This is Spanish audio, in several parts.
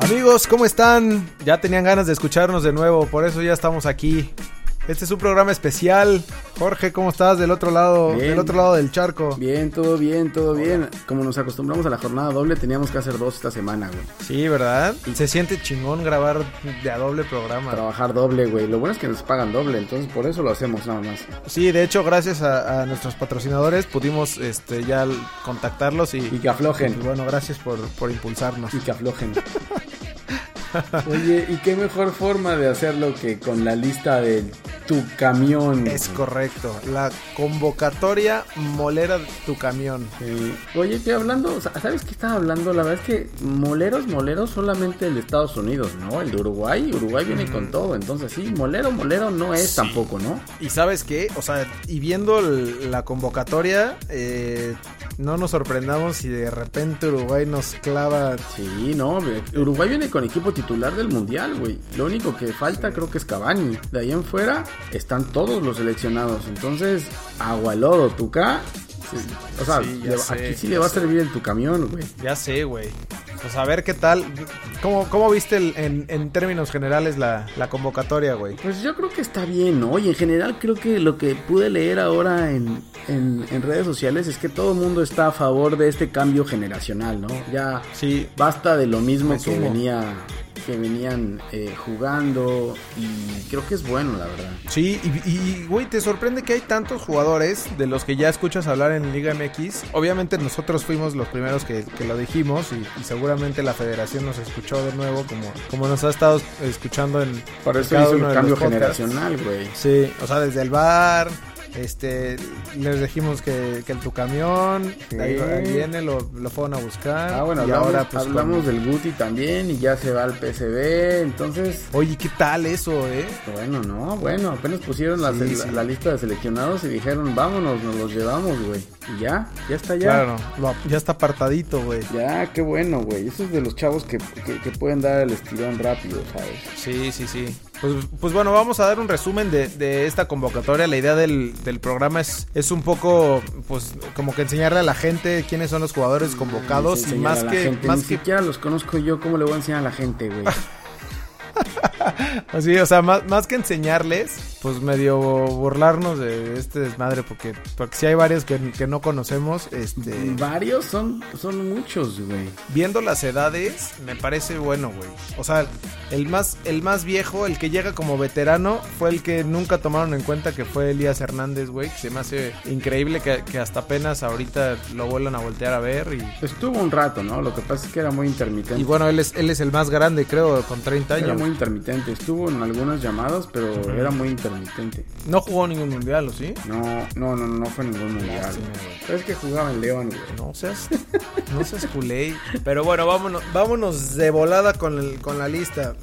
Amigos, ¿cómo están? Ya tenían ganas de escucharnos de nuevo, por eso ya estamos aquí. Este es un programa especial. Jorge, ¿cómo estás del otro lado, Bien. del otro lado del charco? Bien, todo bien, todo bien. Como nos acostumbramos a la jornada doble, teníamos que hacer dos esta semana, güey. Sí, ¿verdad? Se siente chingón grabar de a doble programa. Trabajar doble, güey. Lo bueno es que nos pagan doble, entonces por eso lo hacemos nada más. Sí, de hecho, gracias a, a nuestros patrocinadores pudimos este, ya l- contactarlos y, Y que y aflojen. bueno, gracias por, por impulsarnos. Y que aflojen. Oye, ¿y qué mejor forma de hacerlo que con la lista de tu camión? Es correcto, la convocatoria molera tu camión. Sí. Eh, Oye, que hablando, o sea, ¿sabes qué estaba hablando? La verdad es que moleros, moleros solamente el de Estados Unidos, ¿no? El de Uruguay, Uruguay viene con todo, entonces sí, molero, molero no es tampoco, ¿no? Y sabes qué, o sea, y viendo el- la convocatoria, eh, no nos sorprendamos si de repente Uruguay nos clava. Sí, no, güey. Uruguay viene con equipo titular del mundial, güey. Lo único que falta creo que es Cavani. De ahí en fuera están todos los seleccionados. Entonces, agualodo, Tuca. Sí, O sea, Sí, ya le- sé, aquí sí ya le va a sé. servir el tu camión, güey. Ya sé, güey. Pues a ver qué tal. ¿Cómo, cómo viste el- en, en términos generales la, la convocatoria, güey? Pues yo creo que está bien, ¿no? Y en general creo que lo que pude leer ahora en, en- en redes sociales es que todo el mundo está a favor de este cambio generacional, ¿no? Ya Sí, basta de lo mismo Me que sumo. venía que venían eh, jugando y creo que es bueno, la verdad. Sí, y- y, y, güey, te sorprende que hay tantos jugadores de los que ya escuchas hablar en Liga MX. Obviamente nosotros fuimos los primeros que, que lo dijimos y, y seguramente la federación nos escuchó de nuevo como, como nos ha estado escuchando en... Por en eso cada hizo un uno de cambio los podcasts. generacional, güey. Sí, o sea, desde el bar, este, les dijimos que, que el tu camión, Sí. ahí, ahí viene, lo, lo fueron a buscar. Ah, bueno, y hablamos, ahora pues... hablamos con- del Guti también y ya se va al PCB, entonces... Oye, ¿qué tal eso, eh? Bueno, no, bueno, apenas pusieron la, Sí, sel- sí. la lista de seleccionados y dijeron, vámonos, nos los llevamos, güey. Y ya, ya está ya. Claro, lo- ya está apartadito, güey. Ya, qué bueno, güey. Esos de los chavos que, que- que pueden dar el estirón rápido, ¿sabes? Sí, sí, sí. Pues, pues bueno, vamos a dar un resumen de, de esta convocatoria. La idea del, del programa es, es un poco, pues, como que enseñarle a la gente quiénes son los jugadores convocados Sí, y señora, más la que, gente, más Ni que, siquiera los conozco yo, ¿cómo le voy a enseñar a la gente, güey? así, o sea, más, más que enseñarles, pues medio burlarnos de este desmadre, porque, porque sí hay varios que, que no conocemos. Este, Varios son, son muchos, güey. viendo las edades, me parece bueno, güey. O sea, el más, el más viejo, el que llega como veterano, fue el que nunca tomaron en cuenta que fue Elías Hernández, güey. que Se me hace increíble que, que hasta apenas ahorita lo vuelvan a voltear a ver. Y, Estuvo un rato, ¿no? Lo que pasa es que era muy intermitente. y bueno, él es, él es el más grande, creo, con 30 era años. muy intermitente. Estuvo en algunas llamadas, pero era muy intermitente. No jugó ningún mundial, ¿o sí? No, no, no, no fue ningún mundial. Lástima, güey. güey. Pero es que jugaba en León, güey. No seas, no seas culé. Pero bueno, vámonos, vámonos de volada con, el- con la lista.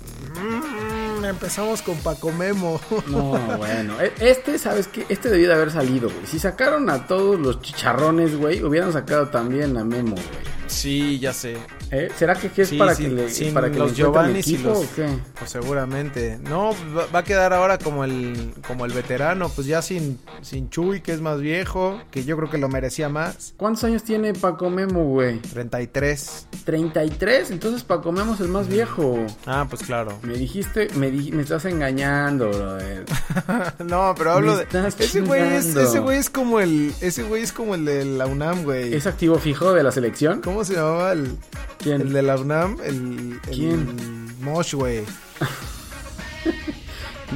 Mm, empezamos con Paco Memo. No, bueno. E- Este, ¿sabes qué? Este debió de haber salido, güey. Si sacaron a todos los chicharrones, güey, hubieran sacado también a Memo, güey. Sí, ya sé. ¿Eh? ¿Será que aquí es Sí, para sí, que le sin para que los le encuentren Giovannis y equipo los- o qué? Pues seguramente. No, va, va a quedar ahora como el, como el veterano, pues ya sin, sin Chuy, que es más viejo, que yo creo que lo merecía más. ¿Cuántos años tiene Paco Memo, güey? 33. 33, entonces Paco Memo es el más viejo. Ah, pues claro. Me dijiste, me, di- me estás engañando, brother. no, pero hablo Me de. estás Ese güey, es, chingando. ese güey es como el. Ese güey es como el de la UNAM, güey. ¿Es activo fijo de la selección? ¿Cómo se llamaba el, ¿Quién? el de la UNAM? El. el ¿Quién? Mosh, güey.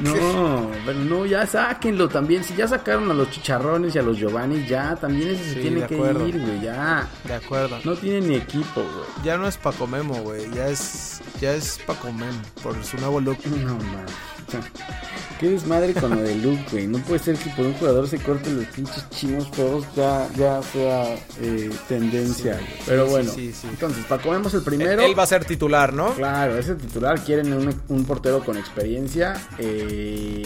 No, pero no, ya sáquenlo también. Si ya sacaron a los chicharrones y a los Giovanni, ya también ese se Sí, de tiene que acuerdo. ir, güey, ya. De acuerdo. No tiene ni equipo, güey. Ya no es Paco Memo, güey. Ya es. Ya es Paco Memo. Por su nuevo look. No, man. Qué desmadre con lo de Luke, güey. No puede ser que por un jugador se corten los pinches chinos todos ya, ya sea eh, tendencia. Sí, güey. Pero sí, bueno, sí, sí. entonces, Paco Memo es el primero. Él va a ser titular, ¿no? Claro, ese titular quieren un, un portero con experiencia eh,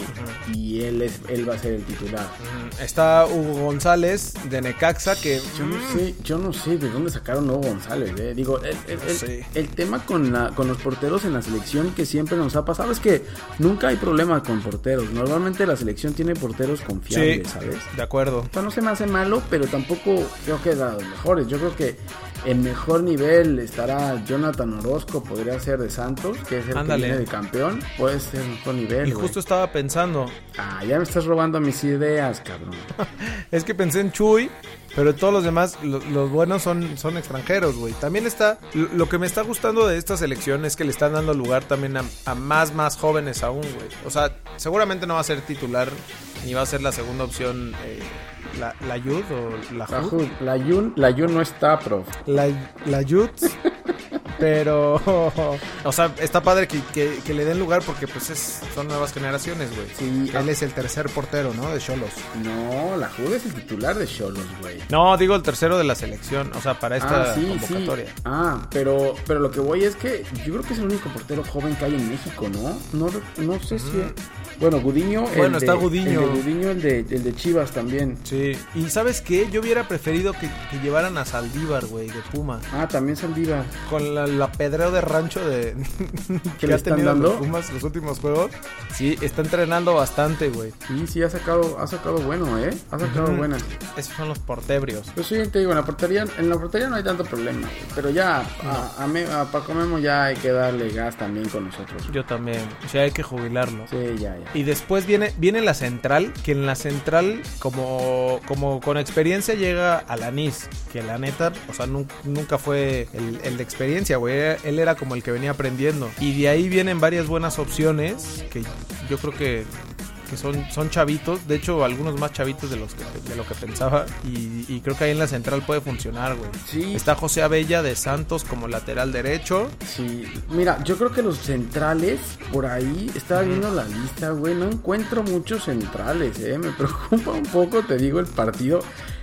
y él es, él va a ser el titular. Mm, Está Hugo González de Necaxa que Yo no mm, sé, yo no sé de dónde sacaron Hugo González, eh. Digo, el, el- el- Sí. el tema con, la, con los porteros en la selección que siempre nos ha pasado es que nunca hay problema con, por- porteros. Normalmente la selección tiene porteros confiables, ¿sabes? De acuerdo. O sea, no se me hace malo, pero tampoco creo que de los mejores. Yo creo que en mejor nivel estará Jonathan Orozco, podría ser de Santos, que es el Ándale. que viene de campeón. Puede ser mejor nivel. Y güey. justo estaba pensando, Ah, ya me estás robando mis ideas, cabrón. es que pensé en Chuy, pero todos los demás, lo- los buenos son, son extranjeros, güey. También está, lo, lo que me está gustando de esta selección es que le están dando lugar también a, a más, más jóvenes aún, güey. O sea, seguramente no va a ser titular, ni va a ser la segunda opción, eh, la, la Yud o la Jud. Ajú, La Yun, la Yun no está, prof. la, la Yuts. Pero, o sea, está padre que, que- que le den lugar porque pues es, son nuevas generaciones, güey. Sí, Él es el tercer portero, ¿no? De Cholos. No, la Jud es el titular de Cholos, güey. No, digo el tercero de la selección, o sea, para esta ah, sí, convocatoria. sí. Ah, pero, pero lo que voy es que yo creo que es el único portero joven que hay en México, ¿no? No, re- no sé si. Bueno, Gudiño. el Mm. Bueno, de- está Gudiño. El de Gudiño, el de, el de Chivas también. Sí. Y ¿sabes qué? Yo hubiera preferido que, que llevaran a Saldívar, güey, de Puma. Ah, también Saldívar. Con la, la pedreo de rancho de ¿Que le ha están tenido dando? los Pumas los últimos juegos. Sí, está entrenando bastante, güey. Sí, sí, ha sacado, ha sacado bueno, ¿eh? Ha sacado Ujú. buena. Esos son los portebrios. Pues sí, te digo, en la portería, en la portería no hay tanto problema. güey, Pero ya, a, a Me- a Paco Memo ya hay que darle gas también con nosotros. Yo también. O sea, hay que jubilarlo. Sí, ya, ya. Y después viene, viene la central, que en la central, como, como con experiencia, llega Alanis, que la neta, o sea, nun- nunca fue el, el de experiencia, güey. Era- Él era como el que venía aprendiendo. Y de ahí vienen varias buenas opciones, que yo creo que, que son, son chavitos, de hecho, algunos más chavitos de, los que, de lo que pensaba. Y, y creo que ahí en la central puede funcionar, güey. Sí. Está José Abella de Santos como lateral derecho. Sí, mira, yo creo que los centrales, por ahí, estaba viendo la lista, güey, no encuentro muchos centrales, eh, me preocupa un poco, te digo, el partido.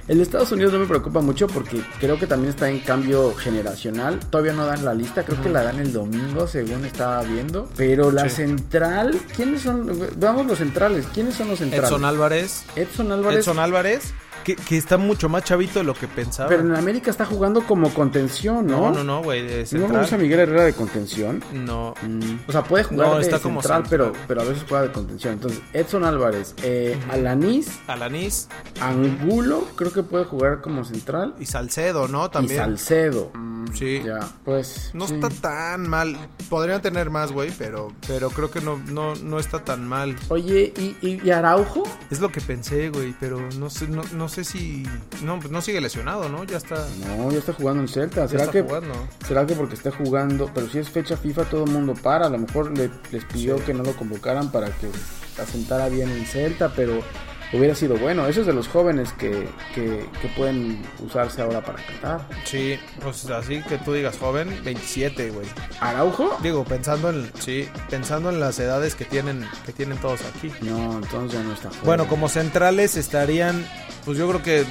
El de Estados Unidos no me preocupa mucho porque creo que también está en cambio generacional, todavía no dan la lista, creo que la dan el domingo, según estaba viendo, pero la Sí. central, ¿quiénes son? Veamos los centrales, ¿quiénes son los centrales? Edson Álvarez. Edson Álvarez. Edson Álvarez, que, que está mucho más chavito de lo que pensaba. Pero en América está jugando como contención, ¿no? no, no, no, güey, de ¿No central. usa Miguel Herrera de contención? No, Mm, O sea, puede jugar No, de está central, como pero, central. pero a veces juega de contención. Entonces, Edson Álvarez, eh, Alanis, Alanis Angulo, creo que puede jugar como central. y Salcedo, ¿no? También. Mm, Y Salcedo. sí. Ya, pues. No sí. está tan mal. Podrían tener más, güey, pero, pero creo que no, no, no está tan mal. Oye, ¿y, y, y Araujo? Es lo que pensé, güey, pero no sé, no, no sé si. No, pues no sigue lesionado, ¿no? Ya está. No, ya está jugando en Celta. ya ¿Será está que.? jugando. ¿Será que porque está jugando? Pero si es fecha FIFA, todo el mundo para. A lo mejor le- les pidió que no lo convocaran para que asentara bien en Celta, pero hubiera sido bueno. Eso es de los jóvenes que, que, que pueden usarse ahora para Qatar. Sí, pues así que tú digas joven, 27, güey. ¿Araujo? Digo, pensando en, sí, pensando en las edades que tienen, que tienen todos aquí. No, entonces ya no está joven. Bueno, como centrales estarían, pues yo creo que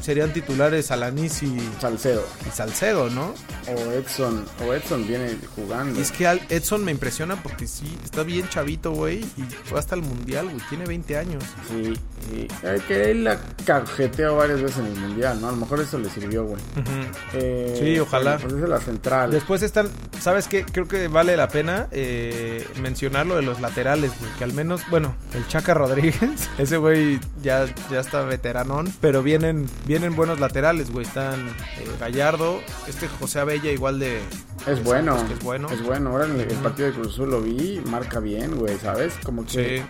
serían titulares Alanis y, Salcedo y Salcedo, ¿no? o Edson, o Edson viene jugando. Y es que Al- Edson me impresiona porque sí, está bien chavito, güey, y fue hasta el Mundial, güey, tiene 20 años. Sí, sí. Ay, que él la cajeteó varias veces en el mundial, ¿no? A lo mejor eso le sirvió, güey. Eh, Sí, ojalá. Pues esa es la central. Después están, ¿sabes qué? Creo que vale la pena eh, mencionar lo de los laterales, güey, que al menos, bueno, el Chaca Rodríguez, ese güey ya, ya está veteranón, pero vienen, vienen buenos laterales, güey, están eh, Gallardo, este José Abella igual de... de es bueno, Santos, que es bueno. Ahora en el, el partido de Cruz Azul lo vi, marca bien, güey, ¿sabes? Como que, Sí.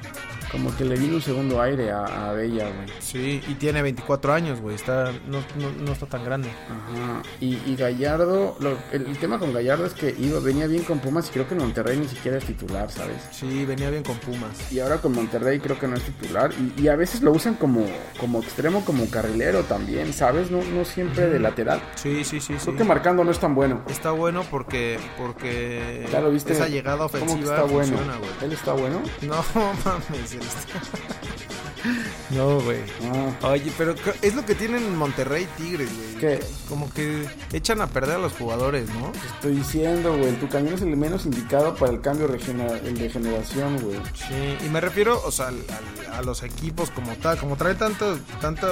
como que le vino un segundo aire a, a Bella, güey. Sí, y tiene 24 años, güey. Está, no, no, no está tan grande. Ajá. Y, y Gallardo, lo- el, el tema con Gallardo es que iba, venía bien con Pumas y creo que en Monterrey ni siquiera es titular, ¿sabes? Sí, venía bien con Pumas. Y ahora con Monterrey creo que no es titular. Y, y a veces lo usan como, como extremo, como carrilero también, ¿sabes? No, no siempre de lateral. Sí, sí, sí, sí. Creo que marcando no es tan bueno. Está bueno porque, porque Ya lo viste. esa llegada ¿Cómo que ofensiva está bueno? funciona, güey. Él está bueno. No mames, él está- No, güey. Ah, Oye, pero cre- es lo que tienen en Monterrey Tigres, güey. ¿Qué? Como que echan a perder a los jugadores, ¿no? te estoy diciendo, güey. Tu camino es el menos indicado para el cambio regena- el de generación, güey. Sí, y me refiero, o sea, al- al- a los equipos como tal, como trae tantos tanto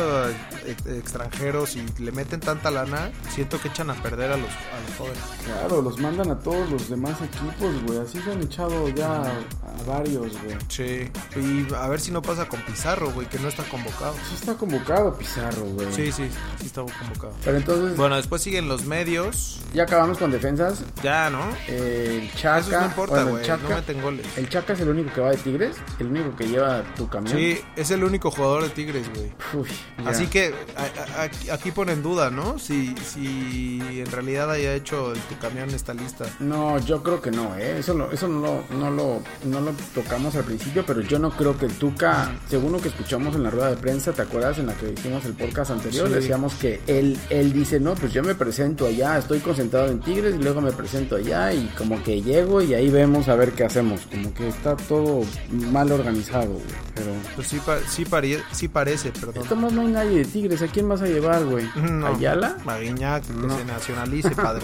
ex- extranjeros y le meten tanta lana, siento que echan a perder a los, a los jóvenes. Claro, los mandan a todos los demás equipos, güey. Así se han echado ya a, a varios, güey. Sí, y a ver si no pasa con Pizarro, güey, que no está convocado. Sí está convocado Pizarro, güey. Sí, sí, sí estaba convocado. Pero entonces, Bueno, después siguen los medios, ya acabamos con defensas. ya, ¿no? Eh, El Chaca. Eso no importa, bueno, el güey, Chaca- no meten goles. El Chaca es el único que va de Tigres, el único que lleva tu camión. Sí, es el único jugador de Tigres, güey. Uy, ya. Así que a- a- aquí- aquí pone en duda, ¿no? Si, si en realidad haya hecho el tu camión esta lista. No, yo creo que no, ¿eh? Eso, lo- eso no, lo, no, lo, no lo tocamos al principio, pero yo no creo que el Tuca, según lo que escuchamos en la rueda de prensa, ¿te acuerdas en la que hicimos el podcast anterior? Sí. Decíamos que él, él dice, no, pues yo me presento allá, estoy concentrado en Tigres y luego me presento allá y como que llego y ahí vemos a ver qué hacemos. Como que está todo mal organizado, güey. Pero... Pues sí, pa- sí, pare- sí parece, perdón. Esto más no hay nadie de Tigres, ¿a quién vas a llevar, güey? No. ¿Ayala? Mariñac, que No. se nacionalice, padre.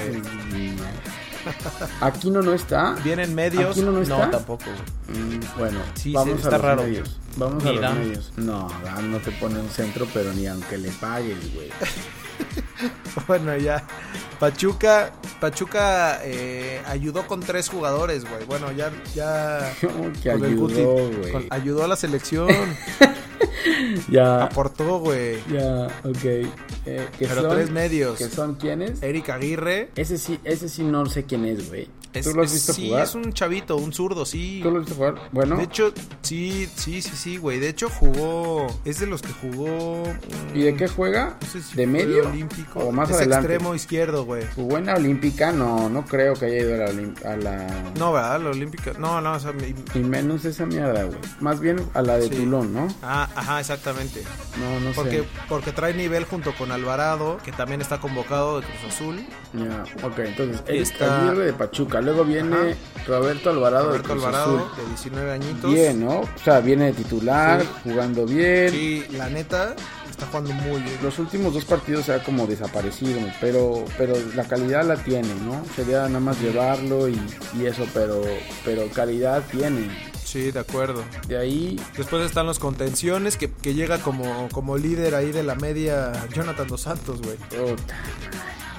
Aquino no está. Vienen medios. ¿Aquino no está? tampoco. güey. Mm, Bueno, Sí, vamos se- a está los raro. medios. Vamos a Ni los Dan. medios. No, Dan no te pone un centro, pero ni aunque le paguen, güey. Bueno, ya. Pachuca, Pachuca eh, ayudó con tres jugadores, güey. Bueno, ya, ya. ¿Cómo que con el Guti. ayudó, güey? Con- ayudó a la selección. Ya, aportó, güey. ya, ok. Eh, ¿que Pero son, tres medios. Eh. ¿Que son quiénes? Eric Aguirre. Ese sí, ese sí no sé quién es, güey. Es- ¿Tú lo has es- visto sí, jugar? es un chavito, un zurdo, sí. ¿Tú lo has visto jugar? Bueno, De hecho, sí, sí, sí, sí, güey. De hecho, jugó. Es de los que jugó. mm, ¿y de qué juega? no sé si ¿De fue medio? Olímpico. ¿O más es adelante? extremo izquierdo, güey. ¿Jugó en la Olímpica? No, no creo que haya ido a la... olim- A la... No, ¿verdad? La Olímpica. No, no, o sea, mi- Y menos esa mierda, güey. Más bien a la de Sí. Tulón, ¿no? Ah, ajá, exactamente. No, no Porque, sé. porque trae nivel junto con Alvarado, que también está convocado de Cruz Azul. Ya, ok, entonces Eric Está- Aguirre de Pachuca. Luego viene Roberto Alvarado Roberto Ah, de Cruz Alvarado, Azul. de 19 añitos. Bien, ¿no? O sea, viene de titular, Sí. jugando bien. Y la neta, está jugando muy bien. Los últimos dos partidos se ha como desaparecido, pero, pero la calidad la tiene, ¿no? Sería nada más llevarlo y, y eso, pero, pero calidad tiene. Sí, de acuerdo. De ahí, Después están los contenciones, que, que llega como, como líder ahí de la media Jonathan Dos Santos, güey. puta.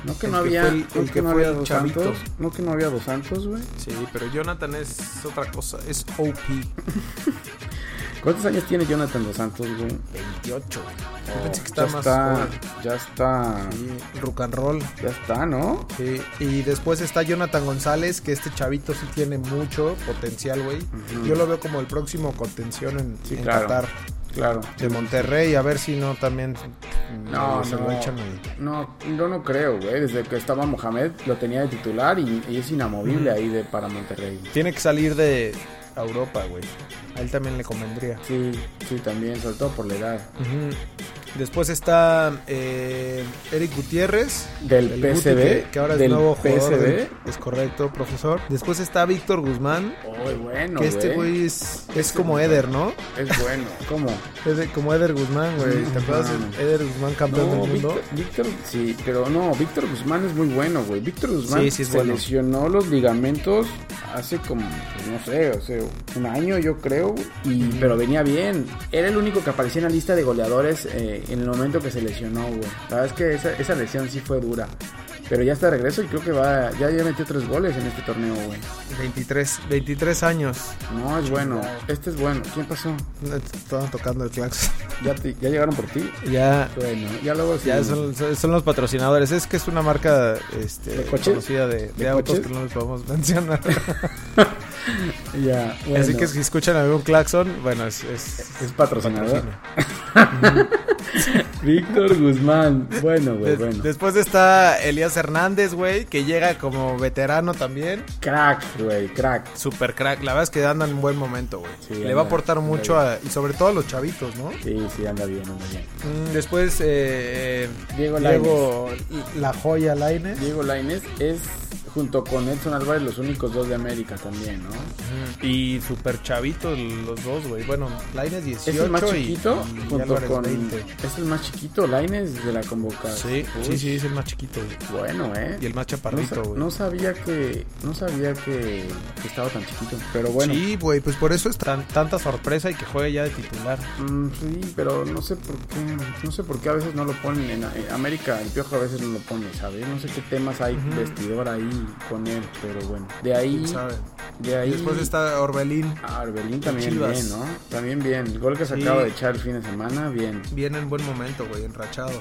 No que El no que había, fue el- no el que que no fue había el dos chavito. santos, no que no había dos santos, güey. Sí, pero Jonathan es otra cosa, es OP. ¿Cuántos años tiene Jonathan dos santos, güey? 28, güey. Yo Oh, pensé que está ya más está, joven. ya está, Sí, rock and roll. ya está, ¿no? Sí, y después está Jonathan González, que este chavito sí tiene mucho potencial, güey. Yo lo veo como el próximo contención en, Sí, en claro. Qatar. Claro. De Monterrey, a ver si no también No, eh, se no. lo echan ahí. No, yo no creo, güey. Desde que estaba Mohamed lo tenía de titular y, y es inamovible ahí de para Monterrey. Tiene que salir de Europa, güey. A él también le convendría. Sí, sí, también, sobre todo por la edad. Ujú. Después está eh, Eric Gutiérrez. Del el PSV, Guti, que, que ahora es del nuevo jugador. PSV. del- es correcto, profesor. Después está Víctor Guzmán. Uy, bueno, que este güey es, es como Eder, ¿no? Es bueno. ¿Cómo? Es de- como Eder Guzmán, güey. ¿Te Ujú. acuerdas de Eder Guzmán campeón No, del mundo? Víctor, Víctor- sí, pero no, Víctor Guzmán es muy bueno, güey. Víctor Guzmán Sí, sí es se bueno. lesionó los ligamentos hace como, pues, no sé, o sea, un año yo creo, y, pero venía bien. Era el único que aparecía en la lista de goleadores eh, en el momento que se lesionó, güey. La verdad es que esa, esa lesión sí fue dura. Pero ya está de regreso y creo que va, ya, ya metió tres goles en este torneo, güey. 23, 23 años. No, es bueno. Este es bueno. ¿Quién pasó? No, Estaban tocando el claxon. ¿Ya, te- ya llegaron por ti? Ya, Bueno, ya luego ya seguimos. son, son los patrocinadores. Es que es una marca este, ¿De coches? conocida de, de ¿De autos coches? que no les podemos mencionar. Ya, Así bueno. que si escuchan algún claxon, bueno, es, es Es patrocinador. patrocinio. Víctor Guzmán. Bueno, güey, Des- bueno. Después está Elías Hernández, güey, que llega como veterano también. Crack, güey, crack. Super crack, la verdad es que andan en un buen momento, güey. Sí, Le anda- va a aportar anda mucho a- y sobre todo a los chavitos, ¿no? Sí, sí, anda bien, anda bien. Mm, Después, eh, Diego Diego, la joya Laines. Diego Lainez es junto con Edson Álvarez, los únicos dos de América también, ¿no? Y súper chavitos los dos, güey. Bueno, Laines 18 Es el más y- chiquito, y, junto Álvarez con. 20. Es el más chiquito, Laines de la convocada. Sí, Uy, sí, sí, es el más chiquito, güey. Bueno, ¿eh? Y el más no, sa- chaparrito, güey. no sabía que. No sabía que, que estaba tan chiquito. Pero bueno. Sí, güey, pues por eso es tan- tanta sorpresa y que juegue ya de titular. Mm, sí, pero no sé por qué, no sé por qué a veces no lo ponen en, en América, el piojo a veces no lo pone, ¿sabes? No sé qué temas hay Ujú. vestidor ahí con él, pero bueno, de ahí, ¿sabe? de Y ahí. después está Orbelín. Arbelín también Chivas. bien, ¿no? También bien, el gol que se Sí. acaba de echar el fin de semana, bien. Viene en buen momento, güey, enrachado.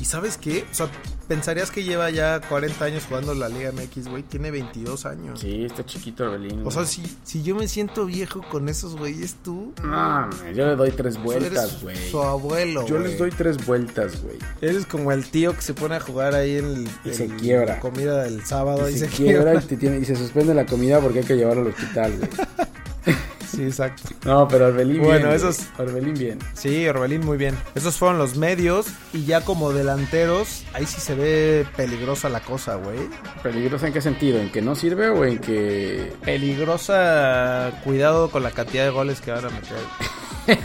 ¿Y sabes qué? O sea, pensarías que lleva ya 40 años jugando la Liga MX, güey. Tiene 22 años. Sí, está chiquito Arbelín. O sea, si, si yo me siento viejo con esos güeyes, tú No, hombre, yo le doy tres vueltas, eres güey. su abuelo. Yo güey. les doy tres vueltas, güey. Eres como el tío que se pone a jugar ahí en el, Y se en quiebra. la comida del sábado y, Y se quiebra y, te tiene- y se suspende la comida porque hay que llevarlo al hospital, güey. Sí, exacto. No, pero Arbelín bien. Bueno, güey. esos- Orbelín bien. Sí, Orbelín muy bien. Esos fueron los medios y ya como delanteros, ahí sí se ve peligrosa la cosa, güey. ¿Peligrosa en qué sentido? ¿En que no sirve o en que.? Peligrosa, cuidado con la cantidad de goles que van a meter.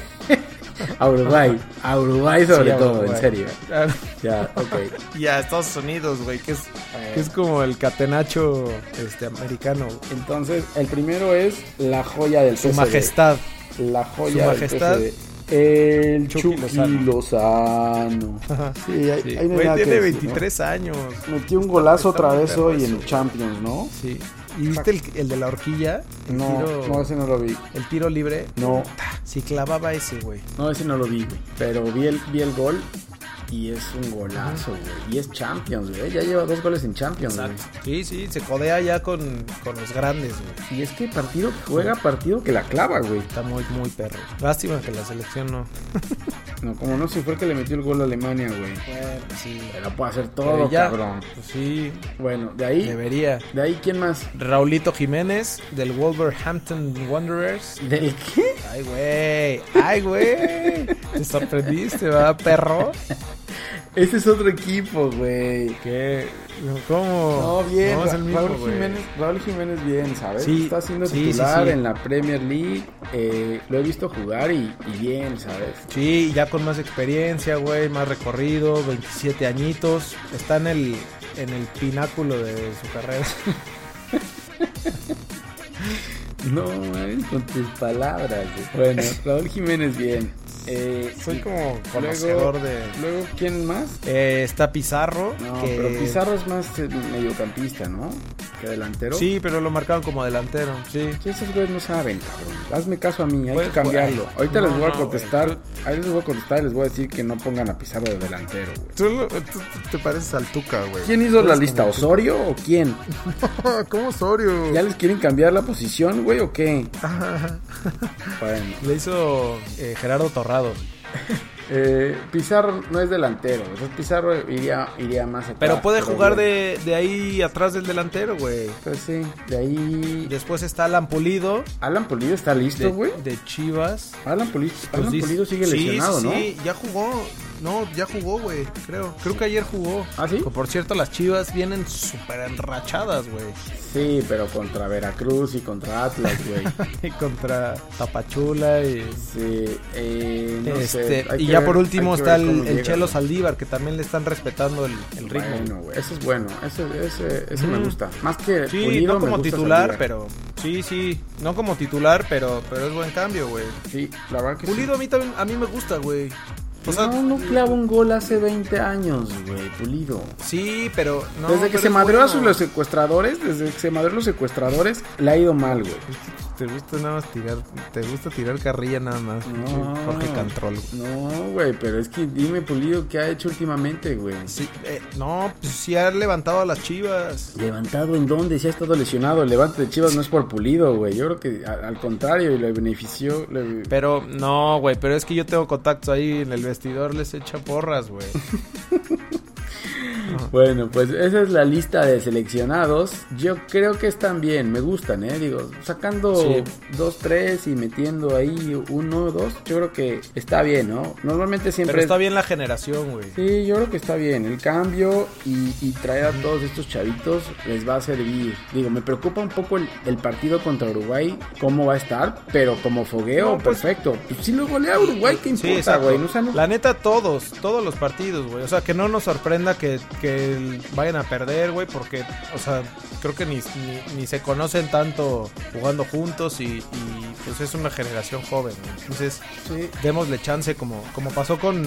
A Uruguay. A Uruguay sobre todo, en serio. Claro. Ya, ok. Y a Estados Unidos, güey, que es, Eh, que es como el catenacho este, americano. Entonces, el primero es la joya del Su PSV. majestad. La joya Su del majestad, PSV. El Chucky Chucky Lozano. Lozano. Ajá. Sí, ahí, Sí. ahí no hay Güey, nada que tiene decir, ¿no? 23 años. Metió un Está golazo otra muy vez perro hoy eso, en güey. Champions, ¿no? Sí. ¿Y viste el, el de la horquilla? El No, tiro- no, ese no lo vi. El tiro libre. No, Si clavaba ese, güey. no, ese no lo vi, güey. Pero vi el, vi el gol y es un golazo, güey. Y es Champions, güey. Ya lleva dos goles en Champions, güey. Sí, sí, se codea ya con, con los grandes, güey. Y es que partido que juega, partido que la clava, güey. Está muy, muy perro. Lástima que la selección no. No, como no se fue el que le metió el gol a Alemania, güey. sí. Pero puede hacer Pero todo, ya, cabrón. pues sí, Bueno, de ahí, debería. de ahí, ¿quién más? Raulito Jiménez del Wolverhampton Wanderers. ¿Del qué? Ay, güey. Ay, güey. Te sorprendiste, va, perro. Ese es otro equipo, güey. ¿Qué? ¿Cómo? No, bien. No, es el mismo, Raúl, güey. Jiménez, Raúl Jiménez bien, ¿sabes? Sí, Está siendo sí, sí, titular sí. en la Premier League. eh, lo he visto jugar y, y bien, ¿sabes? Sí, ya con más experiencia, güey, más recorrido, 27 añitos. Está en el, en el pináculo de su carrera. No, man, con tus palabras, güey. Bueno, Raúl Jiménez bien. Eh, Soy y como luego- conocedor de... Luego, ¿quién más? Eh, está Pizarro. No, que- pero Pizarro es más eh, mediocampista, ¿no? Que delantero. Sí, pero lo marcaron como delantero, sí. Sí, Esos güeyes no saben, cabrón. Hazme caso a mí, hay Pues, que cambiarlo. güey. Ahorita No, les voy a no, contestar. güey. Ahí les voy a contestar y les voy a decir que no pongan a Pizarro de delantero, güey. Tú, lo- tú- tú te pareces al Tuca, güey. ¿Quién hizo la lista? ¿Osorio o quién? ¿Cómo Osorio? ¿Ya les quieren cambiar la posición, güey, o qué? Bueno. Lo hizo eh, Gerardo Torrado. Eh, Pizarro no es delantero. Entonces Pizarro iría, iría más atrás. Pero puede jugar Ah, bueno. de, de ahí atrás del delantero, güey. Pues sí, de ahí... Después está Alan Pulido Alan Pulido está listo, de, güey. de Chivas. Alan, Pulido, Pues Alan dice- Pulido sigue sí, lesionado, sí, ¿no? Sí, ya jugó. No, ya jugó, güey, creo. Creo que ayer jugó. ¿Ah, sí? Que, Por cierto, las chivas vienen súper enrachadas, güey. Sí, pero contra Veracruz y contra Atlas, güey. Y Contra Tapachula y... Sí, eh, no Este, sé, hay y que ya ver- por hay último que está ver el, cómo el llega, Chelo güey. Saldívar, que también le están respetando el, el ritmo. Bueno, güey, eso es bueno, ese, ese, ese me Ujú. gusta. Más que sí, Pulido, no me como gusta titular, Saldívar. pero... Sí, sí, no como titular, pero, pero es buen cambio, güey. Sí, la verdad que sí. Pulido a mí también, a mí me gusta, güey. O sea, no, no clava un gol hace 20 años, güey, Pulido. sí, pero... no, desde que pero se es madreó a bueno. sus los secuestradores, desde que se madreó a los secuestradores, le ha ido mal, güey. Te gusta nada más tirar, te gusta tirar carrilla nada más. No. Jorge Cantrol, güey. No, güey, pero es que dime Pulido qué ha hecho últimamente, güey. Sí, eh, no, pues sí ha levantado a las chivas. ¿Levantado en dónde? Si ha estado lesionado, el levante de Chivas no es por Pulido, güey. Yo creo que a- al contrario, y le benefició. le- Pero no, güey, pero es que yo tengo contactos ahí en el vestidor, les echa porras, güey. Bueno, pues esa es la lista de seleccionados. Yo creo que están bien, me gustan, ¿eh? Digo, sacando Sí. dos, tres y metiendo ahí uno, dos, yo creo que está bien, ¿no? Normalmente siempre... Pero es- está bien la generación, güey. Sí, yo creo que está bien. El cambio y, y traer a todos estos chavitos les va a servir. Digo, me preocupa un poco el, el partido contra Uruguay, cómo va a estar, pero como fogueo, No, pues- perfecto. Pues si lo golea Uruguay, Sí, ¿qué importa, exacto. güey? No, o sea, no- La neta, todos, todos los partidos, güey. O sea, que no nos sorprenda que, que el- vayan a perder, güey, porque, o sea, creo que ni, ni, ni se conocen tanto jugando juntos y, y, pues es una generación joven, güey. Entonces, Sí. démosle chance como, como pasó con,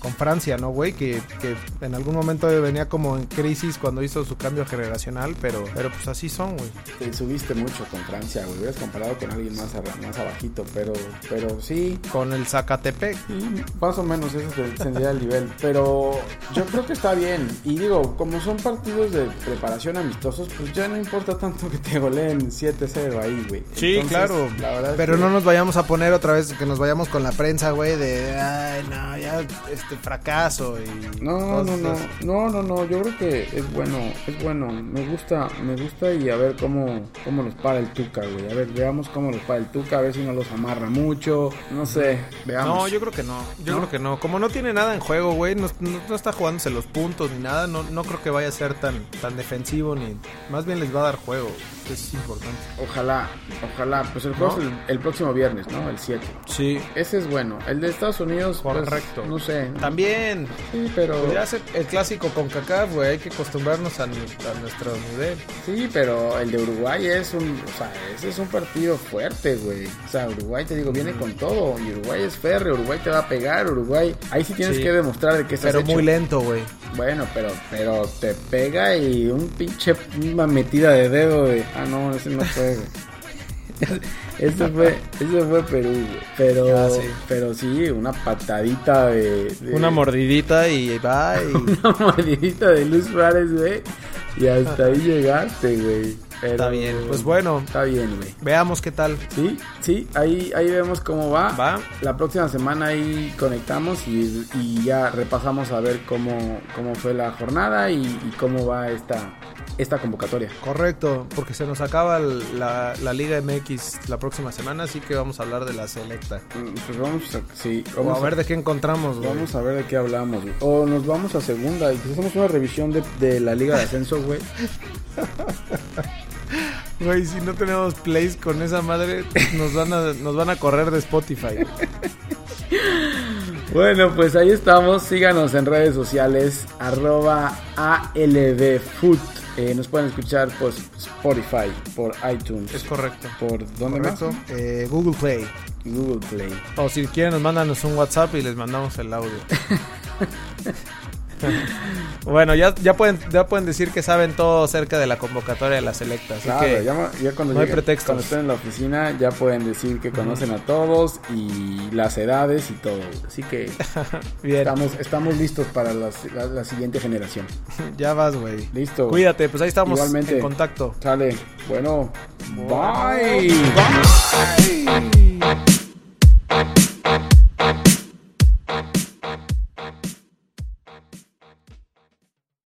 con Francia, ¿no, güey? Que, que en algún momento venía como en crisis cuando hizo su cambio generacional, pero, pero pues así son, güey. Te subiste mucho con Francia, güey. Hubieras comparado con alguien más, ab- más abajito, pero, pero sí. Con el Zacatepec. sí, Más o menos ese se- sería el nivel. Pero yo creo que está bien. Y digo, como son partidos de preparación amistosos, pues ya no importa tanto que te goleen 7-0 ahí, güey. Sí, Entonces, claro. la verdad es pero que- no nos vayamos a poner otra vez que nos vayamos con la prensa, güey, de ay, no, ya este fracaso y No, cosas no, no, así. no, no, no, yo creo que es bueno, es bueno, me gusta, me gusta y a ver cómo, cómo los para el Tuca, güey, a ver, veamos cómo los para el Tuca, a ver si no los amarra mucho, no sé, veamos. No, yo creo que no. Yo ¿No? creo que no. Como no tiene nada en juego, güey, no, no- no está jugándose los puntos ni nada, no, no creo que vaya a ser tan, tan defensivo ni más bien les va a dar juego. Eso es importante. Ojalá, ojalá, pues el juego ¿No? es el, el próximo viernes, ¿no? El 7. Sí. Ese es bueno, el de Estados Unidos, pues, Correcto. no sé, También. sí, pero, Podría ser el clásico con Kaká, güey, hay que acostumbrarnos a, nu- a nuestro nivel. sí, pero el de Uruguay es un, o sea, ese es un partido fuerte, güey, o sea, Uruguay, te digo, viene Mm. con todo, y Uruguay es férreo, Uruguay te va a pegar, Uruguay, ahí sí tienes Sí. que demostrar de qué estás Pero hecho. muy lento, güey. Bueno, pero, pero te pega y un pinche una metida de dedo de. Ah, no, ese no fue, güey. Ese fue, ese fue Perú, güey. Pero, Ah, sí. pero sí, una patadita de. de- Una mordidita y va y Una mordidita de Luz Suárez, güey. Y hasta ahí llegaste, güey. Pero- está bien. Pues bueno, Está bien, güey. veamos qué tal. Sí, sí, ahí, ahí vemos cómo va. Va. La próxima semana ahí conectamos y, y ya repasamos a ver cómo, cómo fue la jornada y, y cómo va esta, esta convocatoria. Correcto, porque se nos acaba el- la, la Liga MX la próxima semana, así que vamos a hablar de la selecta. Mm, Pues vamos a, sí, O vamos a ver de qué encontramos, güey. Vamos a ver de qué hablamos, güey. O nos vamos a segunda y hacemos una revisión de, de la Liga de Ascenso, güey. Güey, si no tenemos plays con esa madre, nos van a, nos van a correr de Spotify. Bueno, pues ahí estamos. Síganos en redes sociales, arroba ALBFoot. Eh, nos pueden escuchar por Spotify, por iTunes. Es correcto. ¿Por dónde Correcto. más? Eh, Google Play. Google Play. O si quieren, nos mándanos un WhatsApp y les mandamos el audio. bueno, ya, ya, pueden, ya pueden decir que saben todo acerca de la convocatoria de la selecta. Así Claro, que ya, ma- ya cuando, no hay lleguen- pretextos. cuando estén en la oficina ya pueden decir que conocen a todos y las edades y todo. Así que bien, estamos, estamos listos para las- la, la siguiente generación. ya vas, güey. Listo. Cuídate, pues ahí estamos Igualmente. en contacto. Sale. Bueno. Bueno, bye. Bye.